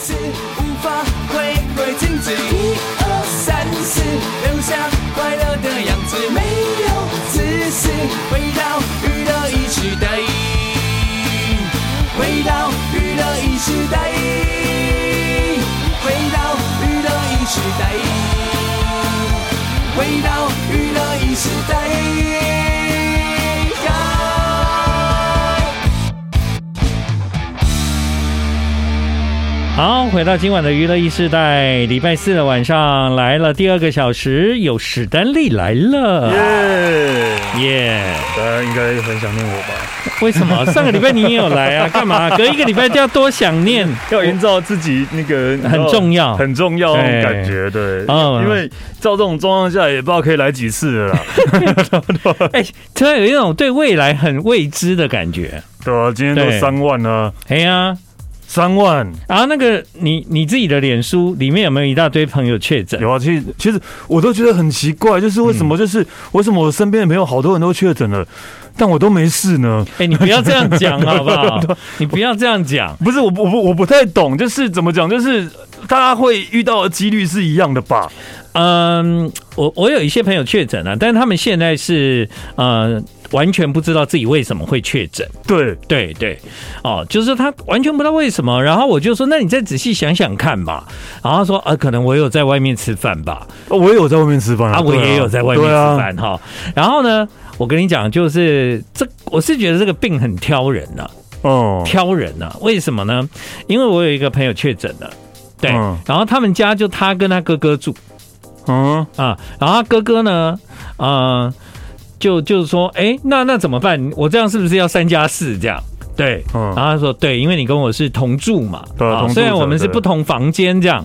字无法回归静止。一二三四，留下快乐的样子，没有自私，回到娱乐一时代，回到娱乐一时代，回到娱乐一时代，回到娱乐一时代。好，回到今晚的娱乐一世代，礼拜四的晚上来了第二个小时，有史丹利来啊了，耶！耶、大家应该很想念我吧？为什么上个礼拜你也有来啊？干嘛？隔一个礼拜就要多想念，要营造自己那个很重要、哎要。很重要那种感觉，对。嗯因为照这种状况下，也不知道可以来几次了啦。哎，突然有一种对未来很未知的感觉。 对啊，今天都对三万呢，哎呀，三万然后那个你你自己的脸书里面有没有一大堆朋友确诊？有啊。其实其实我都觉得很奇怪，就是为什么就是为什么我身边的朋友好多人都确诊了，但我都没事呢？哎，你不要这样讲好不好？你不要这样讲。不是我我不我不太懂，就是怎么讲，就是大家会遇到的几率是一样的吧？嗯，我我有一些朋友确诊啊了，但是他们现在是呃完全不知道自己为什么会确诊。对，对对，哦，就是他完全不知道为什么。然后我就说，那你再仔细想想看吧。然后他说，啊，可能我有在外面吃饭吧，我也有在外面吃饭啊，我对也有在外面吃对啊饭哈、然后呢，我跟你讲，就是这，我是觉得这个病很挑人呐、哦，挑人呐、为什么呢？因为我有一个朋友确诊了，对，嗯然后他们家就他跟他哥哥住嗯，啊，然后他哥哥呢，呃，就就是说，哎，那那怎么办？我这样是不是要三加四这样？对，嗯然后他说：“对，因为你跟我是同住嘛，啊对同住虽然我们是对不同房间这样。”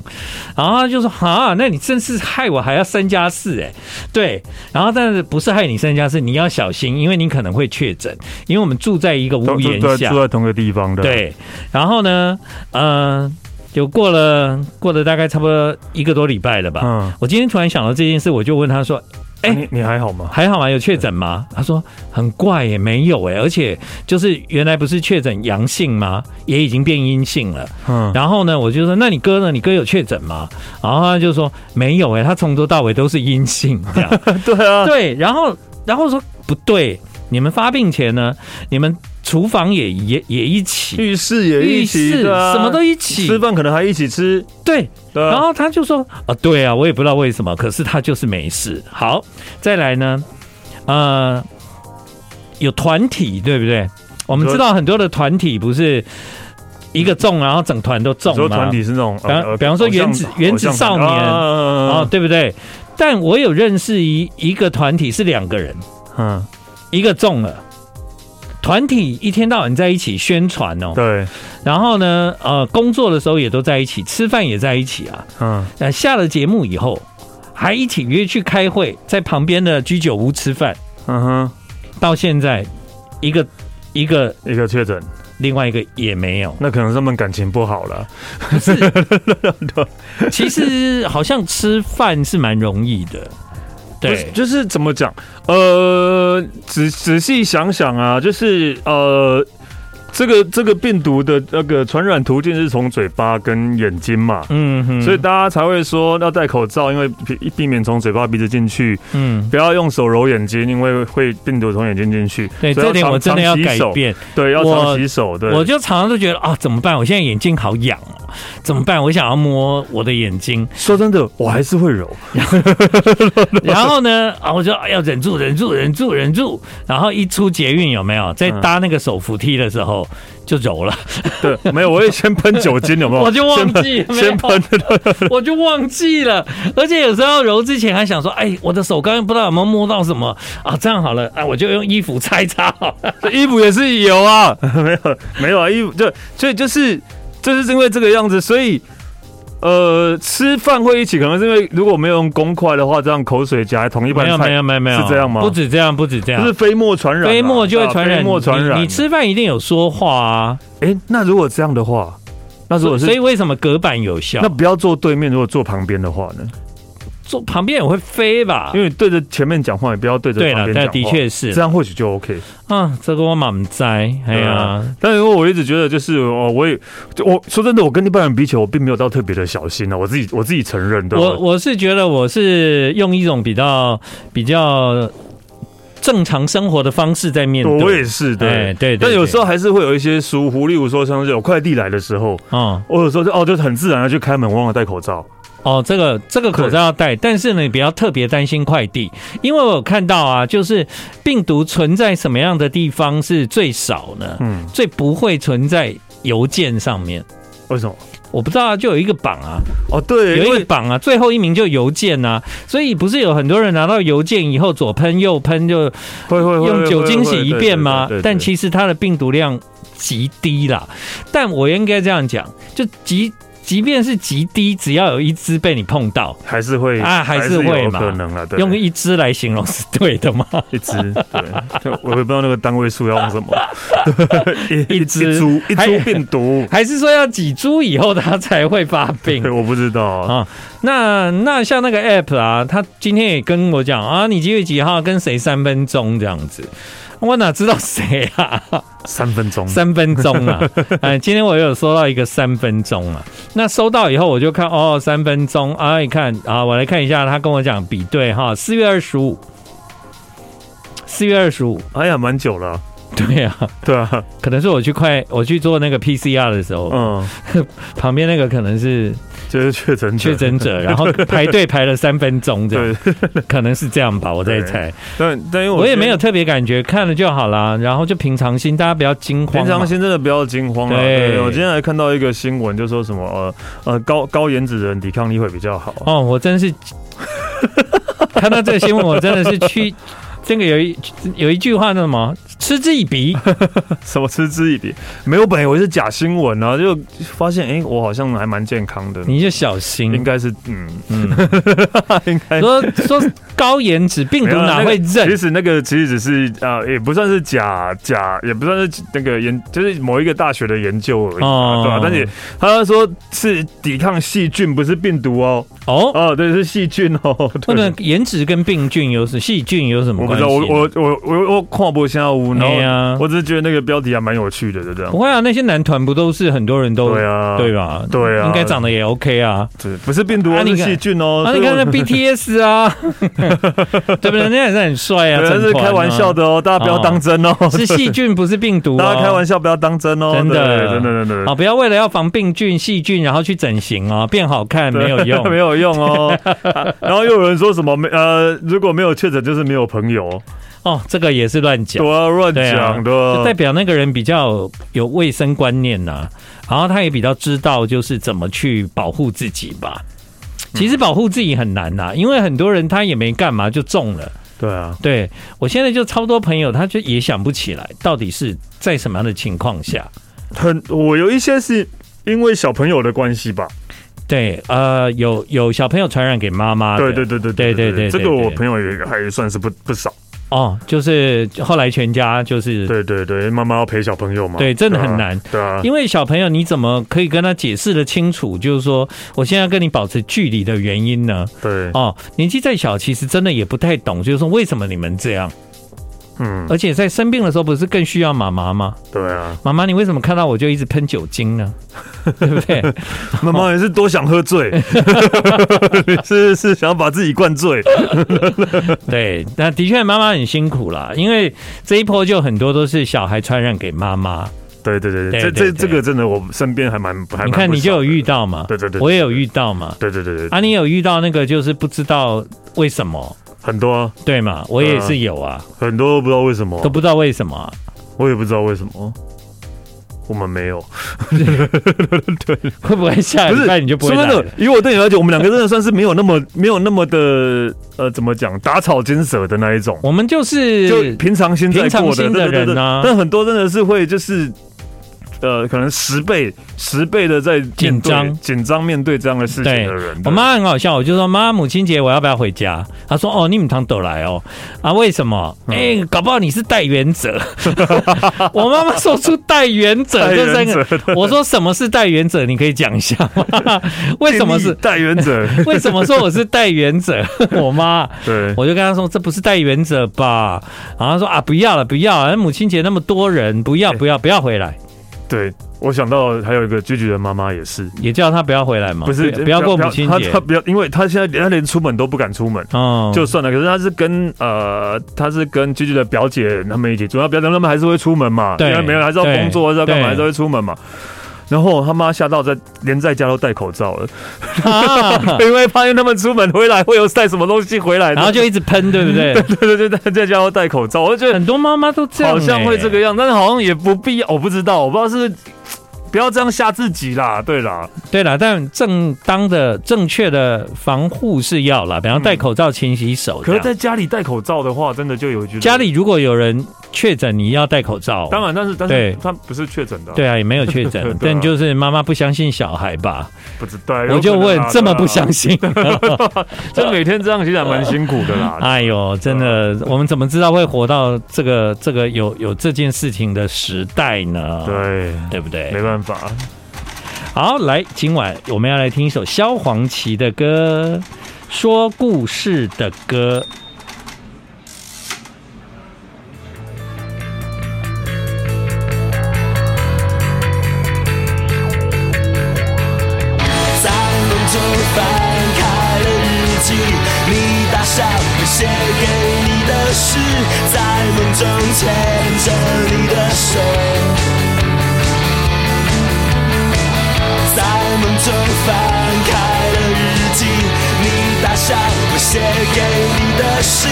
然后他就说：“哈，那你真是害我还要三加四哎，对。然后但是不是害你三加四，你要小心，因为你可能会确诊，因为我们住在一个屋都檐都下住，在同个地方的，，对。然后呢，呃，就过了过了大概差不多一个多礼拜了吧。嗯，我今天突然想到这件事，我就问他说：哎哎，你你还好吗？还好吗？有确诊吗？他说很怪也没有哎、而且就是原来不是确诊阳性吗？也已经变阴性了。嗯，然后呢，我就说那你哥呢？你哥有确诊吗？然后他就说没有哎、他从头到尾都是阴性这 样。对啊，对，然后然后说不对，你们发病前呢，你们厨房也也也一起，浴室也一起，室对啊什么都一起，吃饭可能还一起吃，对，对啊然后他就说啊，对啊，我也不知道为什么，可是他就是没事。好，再来呢，呃，有团体对不对？我们你说知道很多的团体不是一个中，然后整团都中有时候吗？团体是那种，比方比方说原子原子少年哦，啊，对不对？但我有认识一一个团体是两个人，嗯，一个中了。团体一天到晚在一起宣传哦，对，然后呢，呃，工作的时候也都在一起，吃饭也在一起啊，嗯，呃，下了节目以后，还一起约去开会，在旁边的居酒屋吃饭。嗯哼，到现在，一个一个，一个确诊，。另外一个也没有 那可能是他们感情不好了，可是，其实好像吃饭是蛮容易的，不是对，就是怎么讲？呃，仔仔细想想啊，就是呃，这个这个病毒的那个传染途径是从嘴巴跟眼睛嘛。嗯哼，所以大家才会说要戴口罩，因为避避免从嘴巴、鼻子进去；嗯，不要用手揉眼睛，因为会病毒从眼睛进去。对，所以这点常我真的要常洗改手变。对，要我常洗手。对，我就常常都觉得啊，怎么办？我现在眼睛好痒哦，怎么办？我想要摸我的眼 睛。说真的，我还是会揉。然后呢，啊，我就哎要忍住，忍住，忍住，忍住。然后一出捷运有没有，在嗯搭那个手扶梯的时候就揉了，对，没有，我会先喷酒精，有没有？ 我就忘记没有先喷，先喷我就忘记了。而且有时候揉之前还想说，哎，我的手刚刚不知道有没有摸到什么啊，这样好了，啊，我就用衣服擦一擦好了。衣服也是有啊， 没有，没有啊，衣服就所以就是就是因为这个样子，所以。呃，吃饭会一起，可能是因为如果没有用公筷的话，这样口水夹在同一盘没有，菜，没有，没有，没有，是这样吗不止这样，不止这就样是。飞沫传染啊、飞沫就会传对啊染，飞沫传染。你你吃饭一定有说话啊，哎、那如果这样的话，那如果是所以为什么隔板有效那？不要坐对面，如果坐旁边的话呢？坐旁边也会飞吧因？为你对着前面讲话，也不要对着啊对旁了，边讲那的话，确是这样或许就 OK。啊，这个我满栽，哎对呀啊，但因为我一直觉得，就是哦，我也就我说真的，我跟一般人比起来，我并没有到特别的小心啊呢、我自己我自己承认的。我我是觉得我是用一种比较比较正常生活的方式在面我我对，也是对、哎对对但有时候候还是会有一些疏忽，例如说像是有快递来的时候，哦我有时候就哦就很自然的去开门，我忘了戴口罩。哦，这个这个口罩要戴，但是呢，你不要特别担心快递，因为我有看到啊，就是病毒存在什么样的地方是最少呢？嗯，最不会存在邮件上面。为什么？我不知道啊，就有一个榜啊，哦，对，有因一为个榜啊，最后一名就邮件啊，所以不是有很多人拿到邮件以后左喷右喷就会会会用酒精洗一遍嘛，吗对对对对？但其实它的病毒量极低啦。但我应该这样讲，就即即便是极低，只要有一只被你碰到，还是会啊还是会有嘛可能啊，对，用一只来形容是对的 吗？一 只，对，就我也不知道那个单位数要用什么，对一一只株一还株病毒，还是说要几株以后它才会发病对，？我不知道，啊那那像那个 app 啊，他今天也跟我讲啊，你几月几号跟谁三分钟这样子。我哪知道谁 啊？三分钟，三分钟 啊！哎，今天我有收到一个三分钟啊。那收到以后我就看哦，三分钟啊，一看啊，我来看一下，他跟我讲比对哈，四月二十五，四月二十五，哎呀，蛮久了，对啊，对啊，可能是我去快我去做那个 PCR 的时候，嗯，旁边那个可能是就是确诊者确，诊者，然后排队排了三分钟这样，对， 可能是这样吧，我在猜。但但因为我也觉得没有特别感觉，看了就好啦。然后就平常心，大家不要惊慌平嘛。常心真的不要惊慌啊！对对，我今天还看到一个新闻，就说什么呃呃高高颜值的人抵抗力会比较好。啊哦，我真是看到这个新闻，我真的是去。这个有一有一句话叫什么？嗤之以鼻。什么嗤之以鼻？没有，本以为是假新闻啊，就发现哎、诶我好像还蛮健康的，你就小应心。该是嗯，嗯， 应该说说高颜值，病毒没有啊哪会那个其认？实那个其实只是啊、呃也不算是假假，也不算是那个研，就是某一个大学的研究而已，哦对吧、但是他说是抵抗细菌，不是病毒哦。哦，哦，对，是细菌哦。 那对个颜值跟病菌有什细菌有什么我不关系？知道，我我我我我跨博现在屋，然哎后呀我只是觉得那个标题还蛮有趣的，就这样不。会啊，那些男团不都是很多人都对啊，对吧？对啊应该长得也 OK 啊。对，不是病毒啊哦，你是看细菌哦。啊，所以你看我那 BTS 啊，对不对？那也是很帅啊，对那成是团啊开玩笑，的哦，大家不要当真哦。是细菌不是病毒、哦，大家开玩笑，不要当真哦。真的对真的，真的， 啊，不要为了要防病菌、细菌，然后去整形啊，变好看对没有用。 没有用哦。 啊然后又有人说什么没呃，如果没有确诊就是没有朋友，哦，这个也是乱讲，我要乱对啊讲的就。代表那个人比较有卫生观念呐、然后他也比较知道就是怎么去保护自己吧。其实保护自己很难呐、啊因为很多人他也没干嘛就中了。对啊，对我现在就超多朋友，他就也想不起来到底是在什么样的情况下。很我有一些是因为小朋友的关系吧。对，呃，有有小朋友传染给妈妈的，对对对对啊对对对这个我对朋友也还算是不不少。哦，就是后来全家就是对对对，妈妈要陪小朋友嘛。对真的啊很难。对啊，因为小朋友，你怎么可以跟他解释的清楚？就是说，我现在跟你保持距离的原因呢？对，哦，年纪再小，其实真的也不太懂，就是说为什么你们这样？嗯，而且在生病的时候，不是更需要妈妈吗？对啊， 妈妈，你为什么看到我就一直喷酒精呢？ 对不对？妈妈也是多想 喝醉， 是是想把自己灌醉。对，那的确妈妈很辛苦啦，因为这一波就很多都是小孩传染给妈妈。对对对，对对这对这这个真的，我身边还蛮还蛮你看，不你就少有的遇，到嘛？对对对我也有遇到嘛。对对对对，啊，你有遇到那个就是不知道为什么，很多啊对嘛？我也是有啊，很多不知道为什么都，不知道为什么啊、我也不知道为什么。啊我们没有，会不会下礼拜你就不会说真来的了？，以我对你了解，我们两个真的算是没有那么 没有那么的呃，怎么讲，打草惊蛇的那一种，我们就就是平常心在平常过的心的对对对对人啊但很多真的是会就是呃可能十倍十倍的在面对紧张紧张面对这样的事情对的人。我妈很好笑，我就说妈，母亲节我要不要回家？她说哦，你们堂都来哦，啊，为什么？哎、搞不好你是代原 者。 我妈妈说出代原者代这原三者个，我说什么是代原者？你可以讲一下吗？ 为什么定义是？代言 者？为什么说我是代原者？ 我妈。对，我就跟她说：“这不是代原者吧？”然后她说：“啊，不要了，不要了！母亲节那么多人，不要，不要，不要回来，对，我想到还有一个居居的妈妈也是，也叫她不要回来嘛，不是哦不要过母亲节她她。不要，因为她现在她连出门都不敢出门。嗯， 就算了，可是她是跟呃，她是跟居居的表姐他们一起住，她表姐他们还是会出门嘛，对因为没有还是要对工作，还是要干嘛，对还是会出门嘛。然后他妈吓到在连在家都戴口罩了，啊因为发现他们出门回来会有带什么东西回来的， 然后就一直喷，对不 对？ 对对对，在家都戴口罩，我就觉得很多妈妈都这样、好像会这个欸。样，但是好像也不必要，我不知道，我不知道是不要这样吓自己啦，对啦，对了，但正当的、正确的防护是要啦，比方戴口罩、勤洗手这可样。是在家里戴口罩的话，真的就有一句家里如果有人确诊，你要戴口 罩。当然，但是但对是他不是确诊的啊、 对啊，哎也没有确诊对啊，但就是妈妈不相信小孩吧？不知对啊，我就问，这么不相信，信？这每天这样其实还蛮辛苦的 啦。哎呦，真的，我们怎么知道会活到这个这个有有这件事情的时代呢？，对，对不对没？办法，好，来，今晚我们要来听一首萧煌奇的歌，说故事的歌。在梦中翻开了日记，你大笑我写给你的诗，在梦中牵着你的手，在梦中翻开了日记，你大笑我写给你的诗，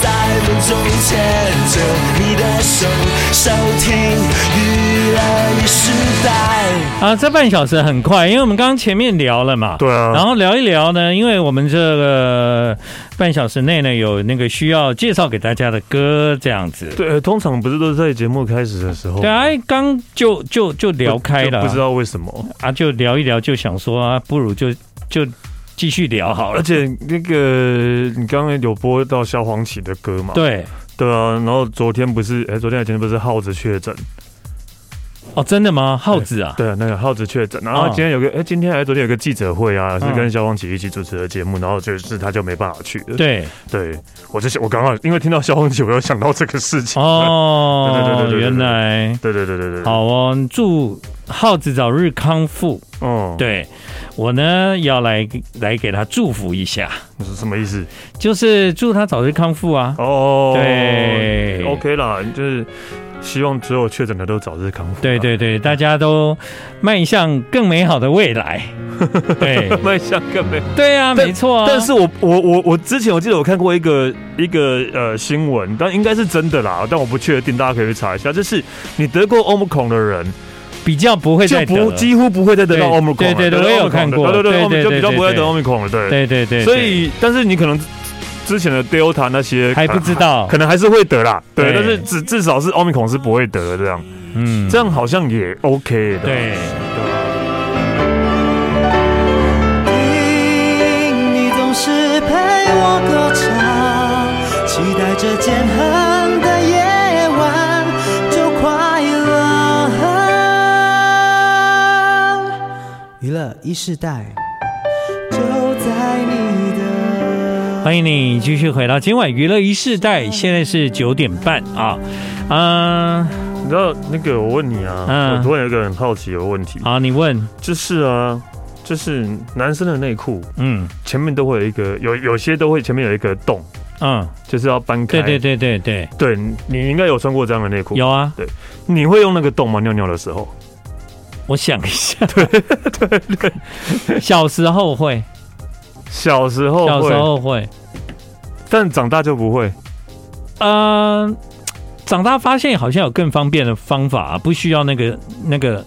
在梦中牵着你的手，收听娱乐一时代。啊，这半小时很快，因为我们刚刚前面聊了嘛。对啊然后聊一聊呢，因为我们这个半小时内呢，有那个需要介绍给大家的歌，这样子。对，呃通常不是都是在节目开始的时候，对啊，哎刚就就就不，聊开了哦就不知道为什么，啊，就聊一聊，就想说啊，不如就就继续聊好而了。且那个你刚刚有播到萧煌奇的歌嘛？对，对啊，然后昨天不是，哎，昨天还前天不是耗子确诊，哦，真的吗？耗子啊，对，那个耗子确诊，然后嗯今天有个，哎、今天还是昨天有个记者会啊，是嗯跟萧煌奇一起主持的节目，然后就是他就没办法去了。对，对，我就想，我刚刚因为听到萧煌奇，我又想到这个事情。对对对哦对，对对原来对对对对对，，哦好哦，祝耗子早日康复。嗯，，对我呢，要来来给他祝福一下，是什么意思？就是祝他早日康复啊。哦，对，OK 啦，就是希望所有确诊的都早日康复。啊对， 对对，大家都迈向更美好的未来。对迈向更美。对啊，没错啊。但是我我我我之前我记得我看过一个一个呃新闻，但应该是真的啦，但我不确定，大家可以去查一下。就是你得过 Omicron 的人，比较不会就再得不了，几乎不会再得到对 Omicron，对对对了得我到有 Omicron 看的过对对对对对，就比较对不会再得对 Omicron 了，对。对对对，所以，但是你可能之前的 Delta 那对些还不知道，可能还是会得啦，对，对但是至至少是奥密克戎是不会得的，这样嗯，这样好像也 OK 的。对。听你总是陪我歌唱，期待着渐恒的夜晚就快了。娱乐一世代就在你的。欢迎你继续回到今晚娱乐一世代，现在是九点半啊，嗯，你知道那个我问你啊，嗯我突然有一个很好奇的问题，啊好，你问，就是啊，就是男生的内裤嗯前面都会有一个，有有些都会前面有一个洞，嗯，就是要搬开。对对对对对，对，你你应该有穿过这样的内裤，有啊，你会用那个洞吗？尿尿的时候？我想一下， 对对对，小时候会，小时候小时哦候会，会，但长大就不会。嗯、长大发现好像有更方便的方法，不需要那个那个，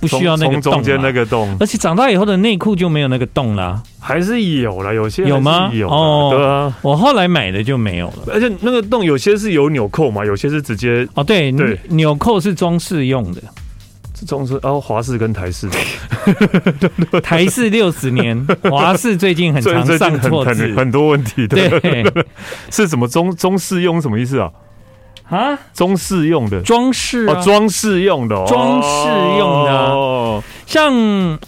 不需要那个从洞、啊中间那个，个洞，而且长大以后的内裤就没有那个洞啦、还是有啦，有些有吗还是有啦哦对啊，我后来买的就没有了。而且那个洞有些是有纽扣嘛，有些是直接哦，对，对纽扣是装饰用的，是中式哦，华式跟台 式，台式六十 年，华式最近很所以常最近上很错很字，很多问题的。对是什么中中式用什么意思啊？ 啊，中式用的装饰啊哦，，装饰用的哦，装饰用的啊哦，像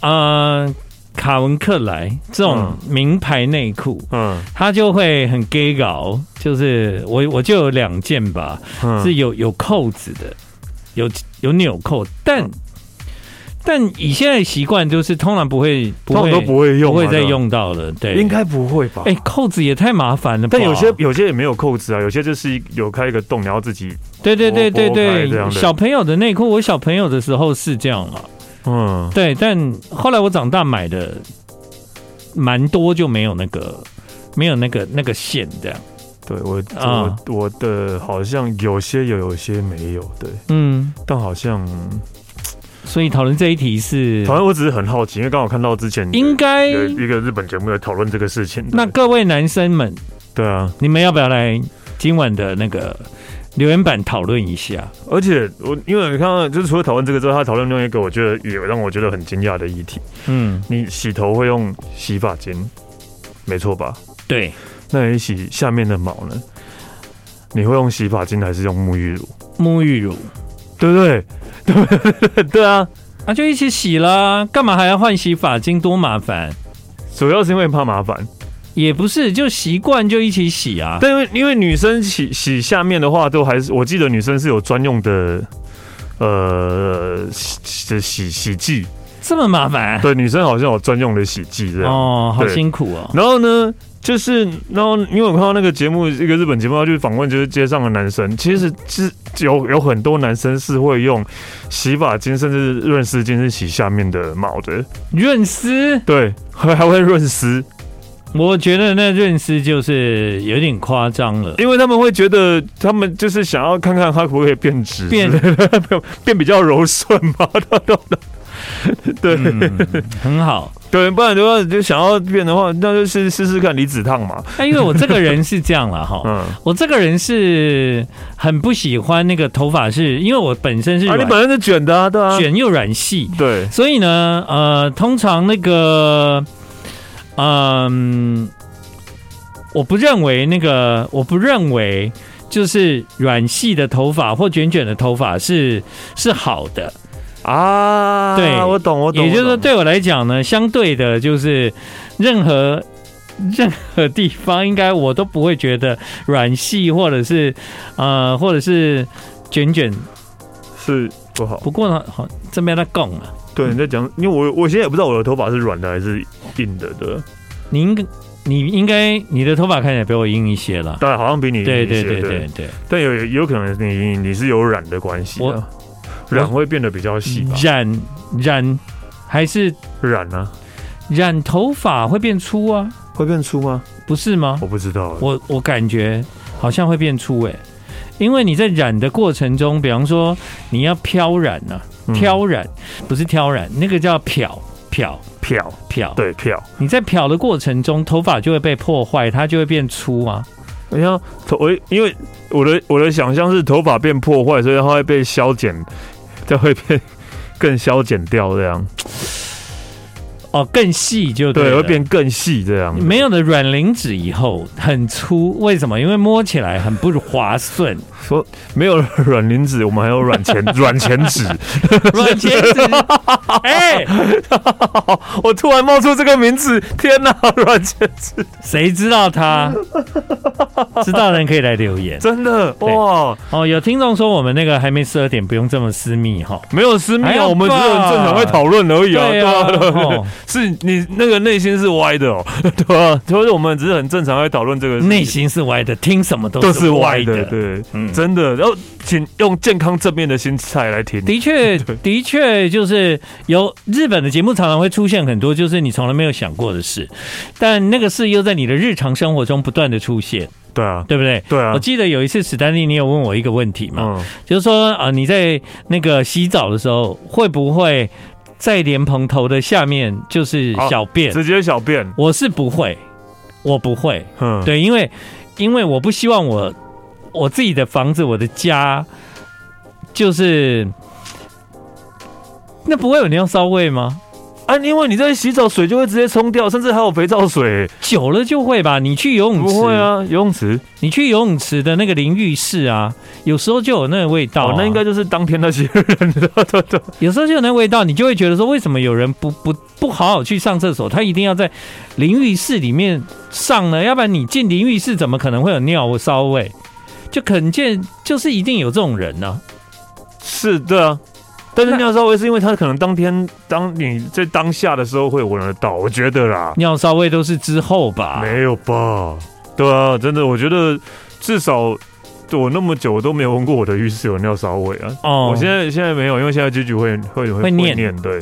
呃卡文克莱这种名牌内裤，嗯它就会很 gay 搞，就是我我就有两件吧，嗯，是有有扣子的，有有纽扣，嗯但但以现在的习惯就是通常不会不通常会都不会用啊，不会再对吧，用到了，对，应该不会吧？哎、扣子也太麻烦了吧，但有些有些也没有扣子啊，有些就是一有开一个洞，然后自己对对对对拨拨开这样对，的小朋友的内裤，我小朋友的时候是这样啊，嗯对，但后来我长大买的蛮多就没有那个没有那个那个线这样，，对我啊我我的好像有些有，有些没有，对，嗯，但好像所以讨论这一题是好像我只是很好奇，因为刚好看到之前应该有一个日本节目有讨论这个事情，那对各位男生们。对啊，你们要不要来今晚的那个留言板讨论一下？而且我因为你看到，就是除了讨论这个之后，他讨论另外一个我觉得也让我觉得很惊讶的议题，嗯，你洗头会用洗发精，没错吧？对，那你洗下面的毛呢？你会用洗发精还是用沐浴乳？沐浴乳对不对？对对啊，啊，就一起洗啦，干嘛还要换洗发精？多麻烦！主要是因为怕麻烦。也不是，就习惯就一起洗啊。但因为因为女生洗洗下面的话，都还是我记得女生是有专用的。呃，洗洗洗剂，这么麻烦 对，女生好像有专用的洗剂这样。哦，好对辛苦哦。然后呢，就是然后因为我看到那个节目，一个日本节目，他去访问就是街上的男生，其实是有有很多男生是会用洗发精甚至润丝巾是洗下面的毛的，润丝，对，还还会润丝，我觉得那润丝就是有点夸张了。因为他们会觉得他们就是想要看看它可不可以变直，变 变比较柔顺嘛，对、嗯，很好。 对，不然的话就想要变的话，那就试试试看离子烫嘛，那、因为我这个人是这样了哈， 嗯，我这个人是很不喜欢那个头发是，因为我本身是啊，软、你本身是卷的啊，对啊，卷又软细，对，所以呢，呃，通常那个，嗯、我不认为那个，我不认为就是软细的头发或卷卷的头发是是好的。啊，对我懂，我懂，也就是我说，懂对我来讲呢，相对的，就是任何 任何地方，应该我都不会觉得软细或者是呃，或者是卷卷。是不好。不过呢，好，这边在讲啊，对，你在讲，因为我我现在也不知道我的头发是软的还是硬的，对，你应该你应该你的头发看起来比我硬一些了。当然好像比你硬对一对些，对对对，但有有可能你你是有染的关系啊，染会变得比较细吧？啊染染还是染呢、染头发会变粗啊，会变粗吗？不是吗？我不知道，啊我我感觉好像会变粗哎、因为你在染的过程中，比方说你要漂染啊，嗯挑染、不是挑染，那个叫漂漂漂，漂。对漂。你在漂的过程中，头发就会被破坏，它就会变粗啊。你像头，我因为我的我的想象是头发变破坏，所以它会被消减，它会变更消减掉这样，哦，更细就对对，了会变更细这样。没有了软磷脂以后很粗，为什么？因为摸起来很不划 算。说没有软磷脂，我们还有 软前软前脂。软结石，哎、 我突然冒出这个名字，天哪， 软前脂，谁知道他？知道的人可以来留言真的哇，哦。有听众说我们那个还没十二点，不用这么私密哈。没有私密还啊，有我们只有吧正常会讨论而已啊，对啊哦是你那个内心是歪的哦， 对啊，所以我们只是很正常会讨论这个事情内心是歪的，听什么都都是是歪歪的。的，对，嗯真的，然后请用健康正面的心态来听，的 确，对的确，就是有日本的节目常常会出现很多就是你从来没有想过的事，但那个事又在你的日常生活中不断的出现，对啊，对不对？对啊我，记得有一次史丹利，你有问我一个问题嘛，嗯，就是说啊、呃你在那个洗澡的时候，会不会在莲蓬头的下面就是啊小便？直接小便，我是不会，我不会。嗯，对，因为因为我不希望我我自己的房子、我的家，就是那不会有尿骚味吗？啊，因为你在洗澡水就会直接冲掉，甚至还有肥皂水。久了就会吧。你去游泳池，不会啊，游泳池你去游泳池的那个淋浴室啊，有时候就有那个味道啊、哦，那应该就是当天那些人，对对对，有时候就有那个味道，你就会觉得说，为什么有人不不不好好去上厕所，他一定要在淋浴室里面上呢？要不然你进淋浴室怎么可能会有尿骚味？就肯见就是一定有这种人呢、啊是，对啊。但是那尿骚味是因为它可能当天当你在当下的时候会闻得到，我觉得啦，尿骚味都是之后吧？没有吧？对啊，真的，我觉得至少对我那么久我都没有闻过我的浴室有尿骚味啊。哦我现在现在没有，因为现在居居会会会会念念，对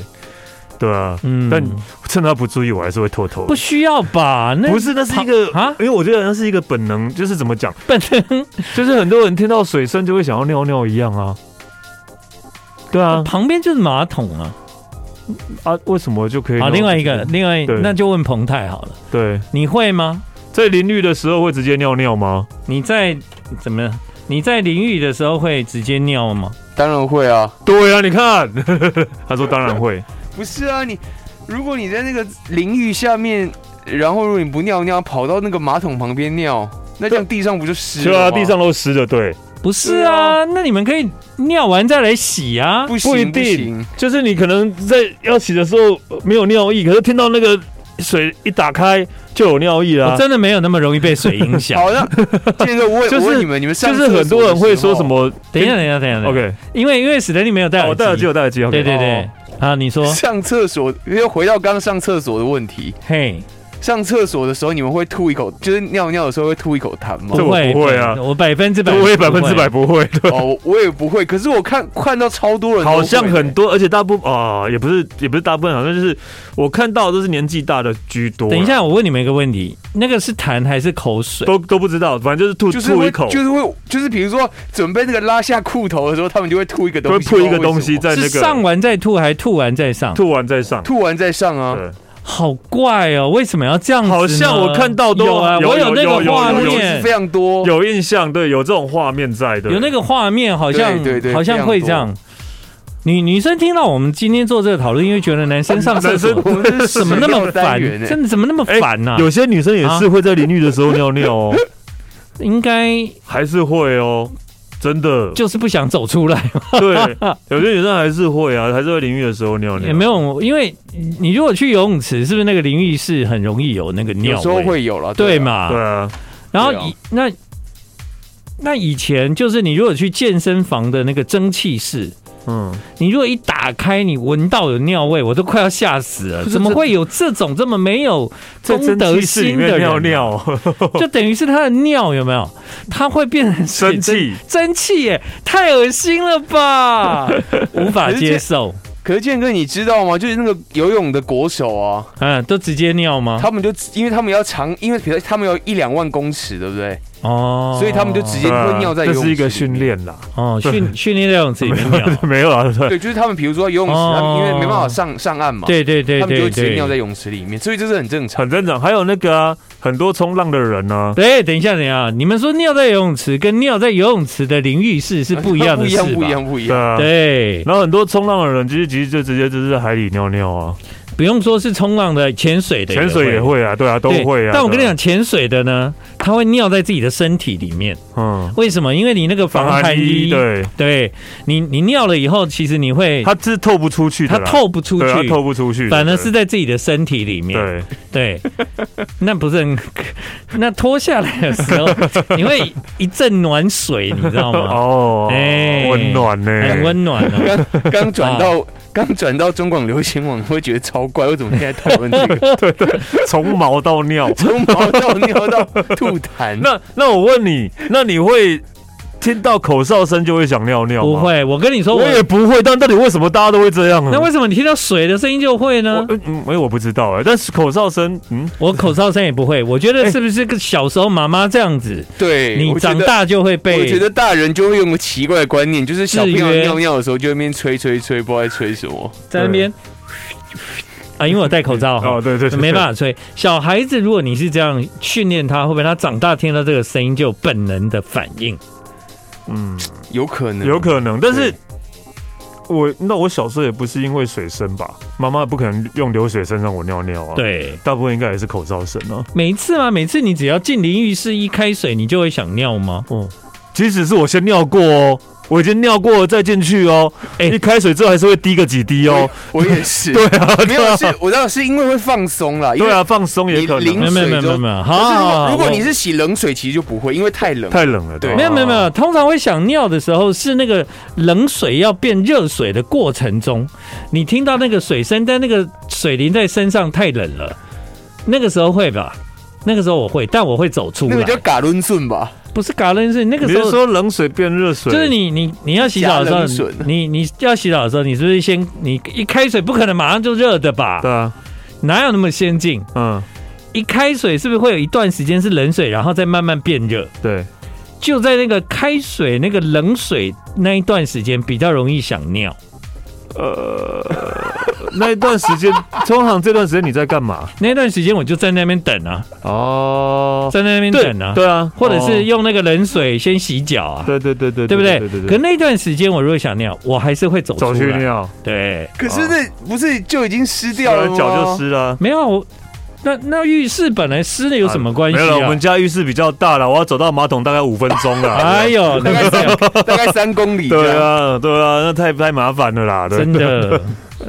对啊，嗯但趁他不注意，我还是会偷偷的。不需要吧？那不是，那是一个啊啊，因为我觉得那是一个本能，就是怎么讲，本身就是很多人听到水声就会想要尿尿一样啊。对啊，旁边就是马桶啊。啊，为什么就可以好，尿？另外一个，另外对那就问彭泰好了，对，你会吗？在淋浴的时候会直接尿尿吗？你在怎么样？你在淋浴的时候会直接尿吗？当然会啊，对啊，你看， 他说当然 会，不是啊，你如果你在那个淋浴下面，然后如果你不尿尿，跑到那个马桶旁边尿，那这样地上不就湿对了啊，吗地上都湿的，对，不是啊，那你们可以尿完再来洗啊。不不一行定行，，就是你可能在要洗的时候呃没有尿意，可是听到那个水一打开就有尿意啊啦我。真的没有那么容易被水影 响。好那建哥，我问就我是问你们，你们上就是很多人会说什么，等一下，等一下，等一下，等一下。 ，OK，因为因为史丹利没有戴耳机，哦我戴耳机，我戴耳机，OK，对对对哦。啊，你说厕所的时候？，上厕所又回到刚刚上厕所的问题，嘿，上厕所的时候你们会吐一口，就是尿尿的时候会吐一口痰吗 这？我不会啊我百分之百，啊我也百分之百。不会，对。哦，我我也不会，可是我看看到超多人都会，好像很多，而且大部分啊、也不是也不是大部分，好像就是我看到都是年纪大的居多。等一，下，我问你们一个问题，那个是痰还是口水？都都不知道，反正就是吐、就是吐会一口，就是会，就是比如说准备那个拉下裤头的时候，他们就会吐一个东会西，哦吐一个东西不知道为什么是在那上个完再吐，还吐完再上？吐完再上。吐完再上啊。对，好怪哦，为什么要这样子呢？好像我看到都有啊，有我有那有个有画有面非，常多，有印象，对，有这种画面在的，哦有那个个画面，好像对对对好像会这样。女女生听到我们今天做这个讨论，因为觉得男生上厕所男我们是怎么那么史料单烦，元欸真的怎么那么烦呐？哎啊有些女生也是会在淋浴的时候尿 尿哦，应该还是会哦，真的，就是不想走出来，对，有些女生还是会啊，还是会淋浴的时候尿尿，也没有，因为你如果去游泳池，是不是那个淋浴室很容易有那个尿有时候味？会有了，对啊？嘛？对啊，然后对啊以那那以前就是你如果去健身房的那个蒸汽室，嗯，你如果一打开，你闻到有尿味，我都快要吓死了。不是怎么会有这种这么没有在公蒸德汽室里心的面人啊 尿？尿，就等于是他的尿有没有？他会变成水生气，蒸汽耶，太恶心了 吧，无法接受。可是建哥，你知道吗？就是那个游泳的国手啊，嗯，都直接尿吗？他们就因为他们要长，因为比如他们有一两万公尺，对不对？哦，所以他们就直接对啊会尿在游这泳是池。一个训。练啦，哦训训练在泳池 里面尿。 没有啊，对，对，就是他们，比如说游泳池，哦他们因为没办法上上岸嘛，对对对他们就对会直接尿在对。泳池里面，所以这是很正常。很正常。还有那个啊，很多冲浪的人啊呢、对，等一下，等一下，你们说尿在游泳池跟尿在游泳池的淋浴室是不一样不的一事吧？样，不一。样，不一对样。啊，对，然后很多冲浪的人，其实其实就直接就是在海里尿尿啊，不用说是冲浪的、潜水的，潜水也会啊，对啊，都对会啊。但我跟你对啊讲，，潜水的呢，它会尿在自己的身体里面。嗯，为什么？因为你那个防防寒寒衣，衣，对，对你你尿了以后，其实你会它是透不出去的它啦，透不出对，啊去它，透不出去的，反而是在自己的身体里面。对，对， 那不是很，那脱下来的时 候，你会一阵暖水，你知道吗？哦，哎温暖呢，很温暖哦。 刚刚转啊到刚转到中广流行网，会觉得超怪，为什么现在讨论这 个？从毛到尿。从毛到尿到吐痰，那那我问你，那你会听到口哨声就会想尿尿不吗？，会，我跟你说，我我也不会。但到底为什么大家都会这样啊？那为什么你听到水的声音就会呢我？嗯，嗯哎，我不知道哎，但是口哨声，嗯，我口哨声也不会，我觉得是不是个小时候妈妈这样子，对，你我觉长得大就会被我觉得大人就会用个奇怪的观念，就是小朋友制约尿尿的时候就在那边吹吹吹，不知道在吹什么。在那边啊，因为我戴口罩哦，哈，对对对，没办法，法吹。小孩子，如果你是这样训练他，会不会他长大听到这个声音就有本能的反应？嗯，有可能，有可能，但是对。我那我小时候也不是因为水声吧，妈妈不可能用流水声让我尿尿啊。，对，大部分应该也是口哨声啊。每一次嘛，每次你只要进淋浴室一开水，你就会想尿吗？哦，即使是我先尿过哦，我已经尿过了再进去哦，哎一开水之后还是会滴个几滴哦。我也是， 对啊，没对有啊是，我知道是因为会放松啦，因对为啊，放松也可你淋能没啊有没有没有没有没有，好可是如好果好如果我你是洗冷水，其实就不会，因为太冷。太冷了，对对吧，啊没有没有没有，通常会想尿的时候是那个冷水要变热水的过程中，你听到那个水声，但那个水淋在身上太冷了，那个时候会吧？那个时候我会，但我会走出那个来叫，嘎伦顺吧，哦不是嘎楞是那个你时是候说冷水变热水？就是你你你要洗澡的时加候冷，你你要洗澡的时候，你是不是先你一开水不可能马上就热的吧对？啊，哪有那么先进？嗯，一开水是不是会有一段时间是冷水，然后再慢慢变热？ 对，就在那个开水那个冷水那一段时间比较容易想尿。那一段时间，通常这段时间你在干嘛？那段时间我就站在那边等啊，哦，站在那边对等啊，对啊，或者是哦用那个冷水先洗脚啊，对对对对对不对？可对那段时间我如果想尿，我还是会走出走去来。尿，对，可是那不是就已经湿掉了哦然吗？脚就湿了啊。没有啊我，那那浴室本来湿的有什么关系没有了，我啊们？家浴室比较大了，我要走到马桶大概五分钟了。 哎呦，大那概个三大概三公里这 对样。啊，对啊，那太太麻烦了 啦，对真。的，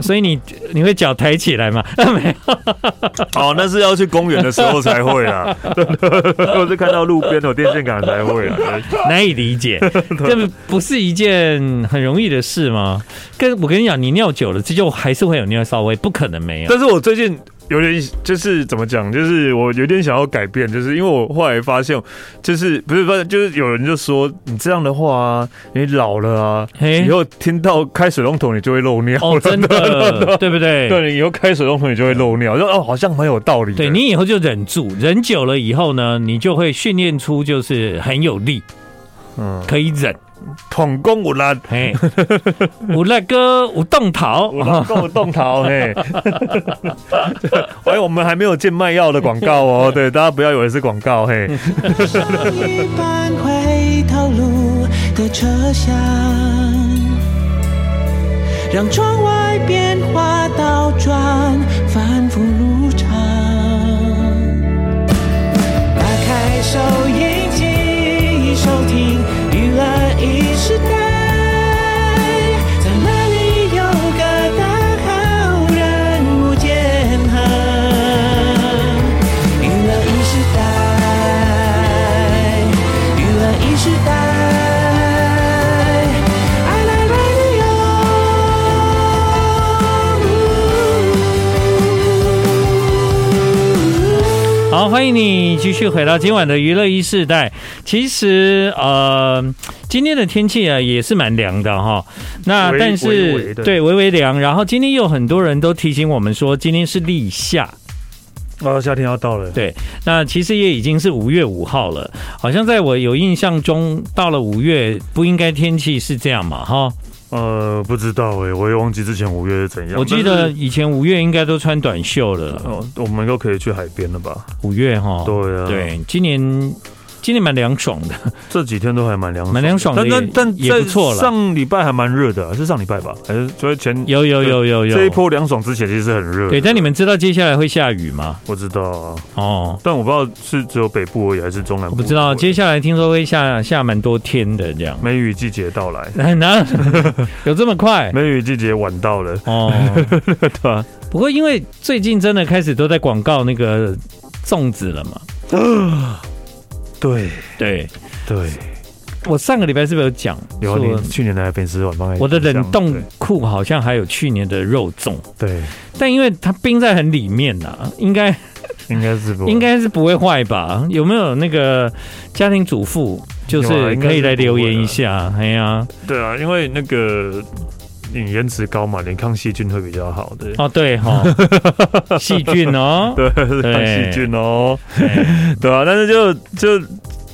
所以你你会脚抬起来吗？ 没有， 哦，那是要去公园的时候才会啦， 我是看到路边有电线杆才会啦。对 难以理解，这不是一件很容易的事吗？跟我跟你讲，你尿久了，这就还是会有尿骚味，不可能没有。但是我最近有点就是怎么讲，就是我有点想要改变，就是因为我后来发现，就是不是发现，就是有人就说你这样的话啊，你老了啊，嘿以后听到开水龙头你就会漏尿。哦，真 的， 对不对？对，你以后开水龙头你就会漏尿，就哦，好像蛮有道理的。对你以后就忍住，忍久了以后呢，你就会训练出就是很有力，嗯，可以忍。捅公我啦，嘿，我那个我动桃，我啦跟我动 桃嘿。哎，我们还没有见卖药的广告哦，对，大家不要以为是广告嘿。嗯一班回头路的车厢，让窗外变化倒转，反复如常。打开收音机，收听娱乐一时代，在那里有个大好人物间恨。娱乐一时代，娱乐一时代，I like radio。好，欢迎你继续回到今晚的娱乐一世代。其实，呃，今天的天气啊也是蛮凉的哈。那微但是微微的对微微凉，然后今天有很多人都提醒我们说，今天是立夏。哦，夏天要到了，对，那其实也已经是五月五号了，好像在我有印象中，到了五月不应该天气是这样嘛哈。呃，不知道哎，我也忘记之前五月是怎样。我记但得是以前五月应该都穿短袖了，哦，我们都可以去海边了吧？五月哈。对啊，，哦对，今年今年蛮凉爽的，这几天都还蛮凉，蛮凉爽的但但也但也不错了在上礼拜还蛮热的，啊是上礼拜吧？还是所以前有有有有有。这一波凉爽之前其实是很热的。对，但你们知道接下来会下雨吗？我知道啊，哦，但我不知道是只有北部而已，还是中南我部。不知道，接下来听说会下下蛮多天的这样。 梅雨季节到来，很难有 这么快梅雨季节晚到了，哦？ 对啊，不过因为最近真的开始都在广告那个粽子了嘛。对对，对，我上个礼拜是不是有讲？有啊说你去年的粉丝晚放在我的冷冰箱冻库好像还有去年的肉粽，对，但因为它冰在很里面呐、应该对应该是不应该是不会坏吧？有没有那个家庭主妇，就有啊是应该可以是来不会留言啊一下？哎呀、对啊，因为那个你颜值高嘛，你抗细菌会比较好的。哦，对哈、哦，细菌哦， 对，是抗细菌哦， 对啊，但是就就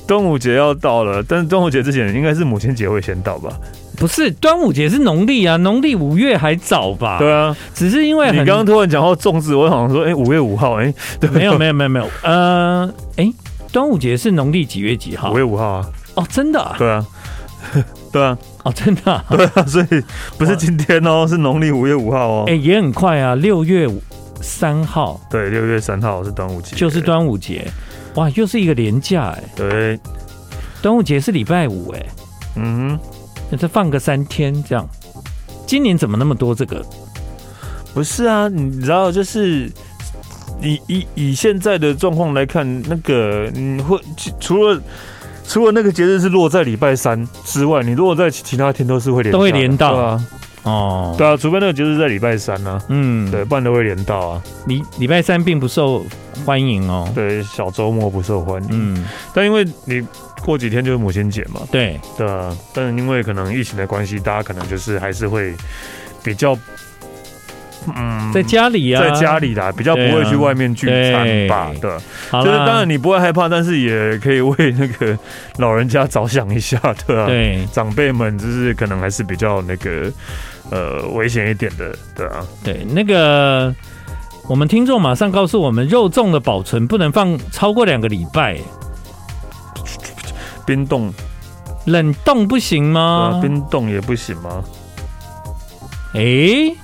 端午节要到了，但是端午节之前应该是母亲节会先到吧？不是端午节是农历啊，农历五月还早吧？对，啊，只是因为你很刚刚突然讲到粽子，我好像说，哎，五月五号，哎，没有没有没有没有，呃，哎，端午节是农历几月几号五？月五号啊， 哦，真的、啊，对啊，对啊，哦，真的啊、对 啊，所以不是今天哦，是农历五月五号哦。哎、也很快啊，六月三号对，六月三号是端午节，就是端午节，哇，又是一个连假哎、对，端午节是礼拜五哎、嗯那再放个三天这样。今年怎么那么多这个？哼，不是啊，你知道，就是以以以现在的状况来看，那个你会除了除了那个节日是落在礼拜三之外，你如果在其其他天都是会连都会的连到对啊，哦，对啊，除非那个节日在礼拜三呢、啊，嗯，对，，不然都会连到啊。礼礼拜三并不受欢迎哦。对，小周末不受欢迎，嗯，但因为你过几天就是母亲节嘛，对，对啊，但是因为可能疫情的关系，大家可能就是还是会比较，嗯，在家里啊，在家里啦，比较不会去外面聚餐吧，对对，啊好就是啦，当然你不会害怕，但是也可以为那个老人家着想一下， 对啊，对长辈们就是可能还是比较那个呃危险一点的，对啊，对，那个我们听众马上告诉我们，肉粽的保存不能放超过两个礼拜，冰冻冷冻不行啊，吗？冰冻也不行吗？诶，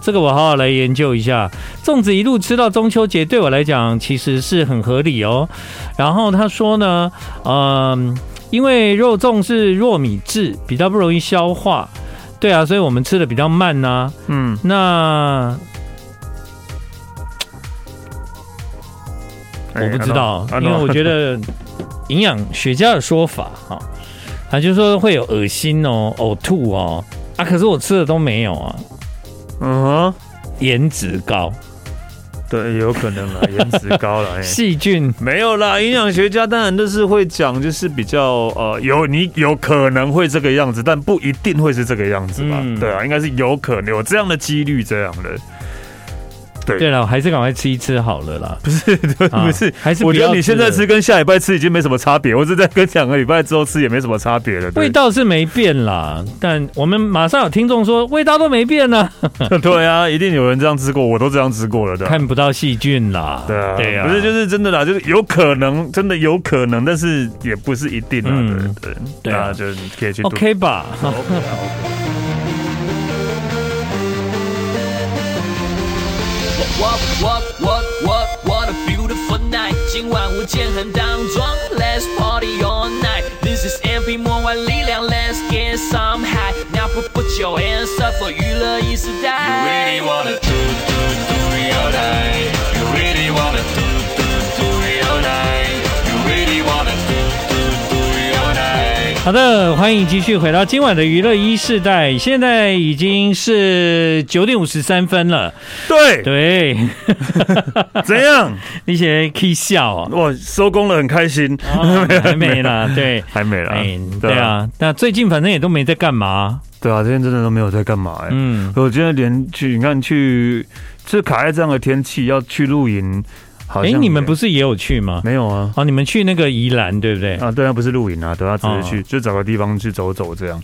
这个我好好来研究一下。粽子一路吃到中秋节，对我来讲其实是很合理哦。然后他说呢，嗯，因为肉粽是糯米制，比较不容易消化，对啊，所以我们吃的比较慢呐、嗯，那哎我不知道，安因为诺安诺我觉得营养学家的说法哈，他就说会有恶心哦、呕吐哦啊，可是我吃的都没有啊， 嗯哼，颜值高，对，也有可能啦，颜值高 了，哎细菌没有啦，营养学家当然都是会讲，就是比较呃，有你有可能会这个样子，但不一定会是这个样子吧？嗯对啊，应该是有可能有这样的几率，这样的。对对了，我还是赶快吃一吃好了啦。不是，对，啊不 是，还是不我觉要得你现在吃了吃跟下礼拜吃已经没什么差别，我是在跟两个礼拜之后吃也没什么差别了。对味道是没变啦，但我们马上有听众说味道都没变 呢、对啊，一定有人这样吃过，我都这样吃过了的。看不到细菌啦。对啊，对啊，不是就是真的啦，就是有可能，真的有可能，但是也不是一定啊。嗯对对，对啊那就是你可以去 OK 吧？哦 What what what what what a beautiful night！今晚舞剑很当庄，Let's party all night。This is MP 魔幻力量，Let's get some high。Now put put your hands up for 娱乐一时代。 really wanna do do do it all night. You really wanna do do do it all night. You really wanna do do do it all night. 好的，欢迎继续回到今晚的娱乐一世代，现在已经是九点五十三分了。对，对， 怎样？那些 K 笑 哦，我收工了，很开心。哦还没 啦，对。还没啦，哎，对，啊，那最近反正也都没在干嘛，对啊，这天真的都没有在干嘛哎、嗯，我今天连去，你看去，这卡在这样的天气要去露营，好哎，像你们也不是也有去吗？没有啊？哦，你们去那个宜兰对不对？啊，对啊，不是露营啊，对啊，只哎哦是去、就找个地方去走走这样。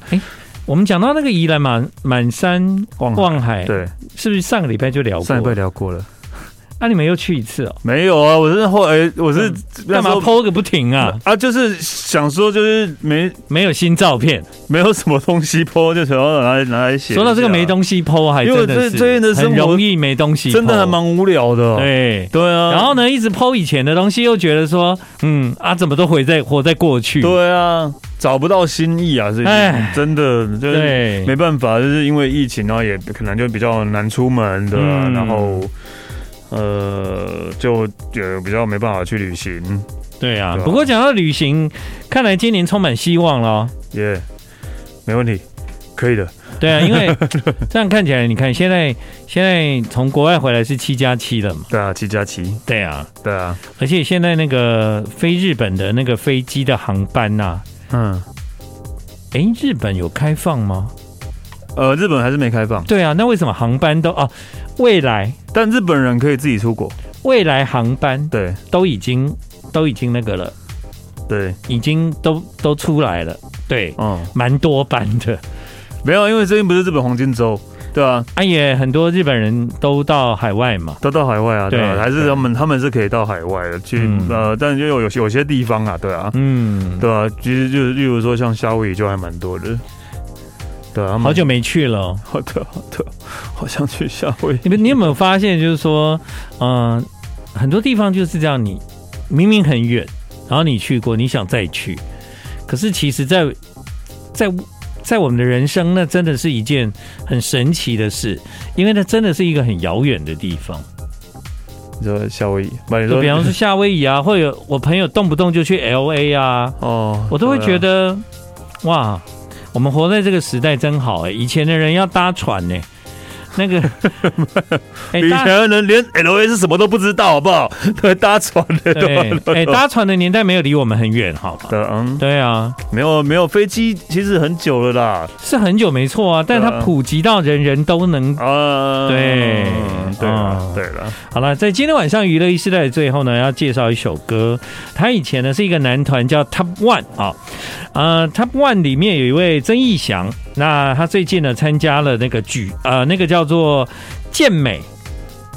我们讲到那个宜兰满满山望海望海，嗯对，是不是上个礼拜就哎聊过？上一拜聊过了，那、你们又去一次哦？没有啊？我是后来我是嗯那干时嘛候剖个不停啊？啊？就是想说，就是没没有新照片。没有什么东西泼，就想要拿来拿来写一下。说到这个没东西剖，还因真为我的是最最近的生活很容易没东西剖，真的还蛮无聊的、对。对啊，然后呢，一直剖以前的东西，又觉得说，嗯啊，怎么都活在活在过去。对啊，找不到新意啊，是唉真的，就是对没办法，就是因为疫情，然后也可能就比较难出门的、啊嗯然后呃，就也比较没办法去旅行，对啊。对啊不过讲到旅行，看来今年充满希望了哦。也、没问题，可以的。对啊，因 为这样看起来，你看现在现在从国外回来是七加七了嘛？对啊，七加七，对啊，对啊，而且现在那个飞日本的那个飞机的航班呐、嗯，诶，日本有开放吗？呃，日本还是没开放，对啊，那为什么航班都啊？未来但日本人可以自己出国。未来航班对都已经都已经那个了，对，已经都都出来了，对，嗯，蛮多班的。 没有，因为最近不是日本黄金周，对啊，啊，也很多日本人都到海外嘛，都到海外啊，对啊，对还是他们他们是可以到海外的去、嗯呃，但就有有有些地方啊，对啊，嗯，对啊，其实就是例如说像夏威夷就还蛮多的，对啊，好久没去了。好的好的，好想去夏威夷。你们你有没有发现，就是说，嗯、很多地方就是这样，你明明很远，然后你去过，你想再去，可是其实在，在在我们的人生，那真的是一件很神奇的事，因为那真的是一个很遥远的地方。你说夏威夷，不，你就说比方说夏威夷啊，或者我朋友动不动就去 L A 啊，哦，我都会对啊觉得，哇，我们活在这个时代真好哎、以前的人要搭船呢、那 个，哎、以搭前的人连 L A 是什么都不知道，好不好？ 对，搭船的对，对吧哎、搭船的年代没有离我们很远，好吧？对啊嗯，对啊，没有没有飞机，其实很久了啦。是很久没错啊，但它对啊普及到人人都能。啊，对嗯对啊了，对了，好了，在今天晚上娱乐一时代的最后呢，要介绍一首歌。他以前呢是一个男团叫 Top One 啊、呃，Top One 里面有一位曾义祥，那他最近呢参加了那个举呃那个叫做健美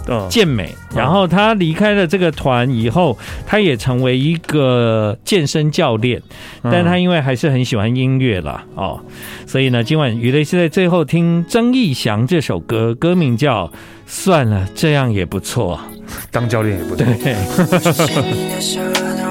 嗯，健美，然后他离开了这个团以后，他也成为一个健身教练，嗯但他因为还是很喜欢音乐啦，哦，所以呢，今晚娱乐是在最后听曾义祥这首歌，歌名叫《算了，这样也不错当教练也不》。错。对。牵你的手，让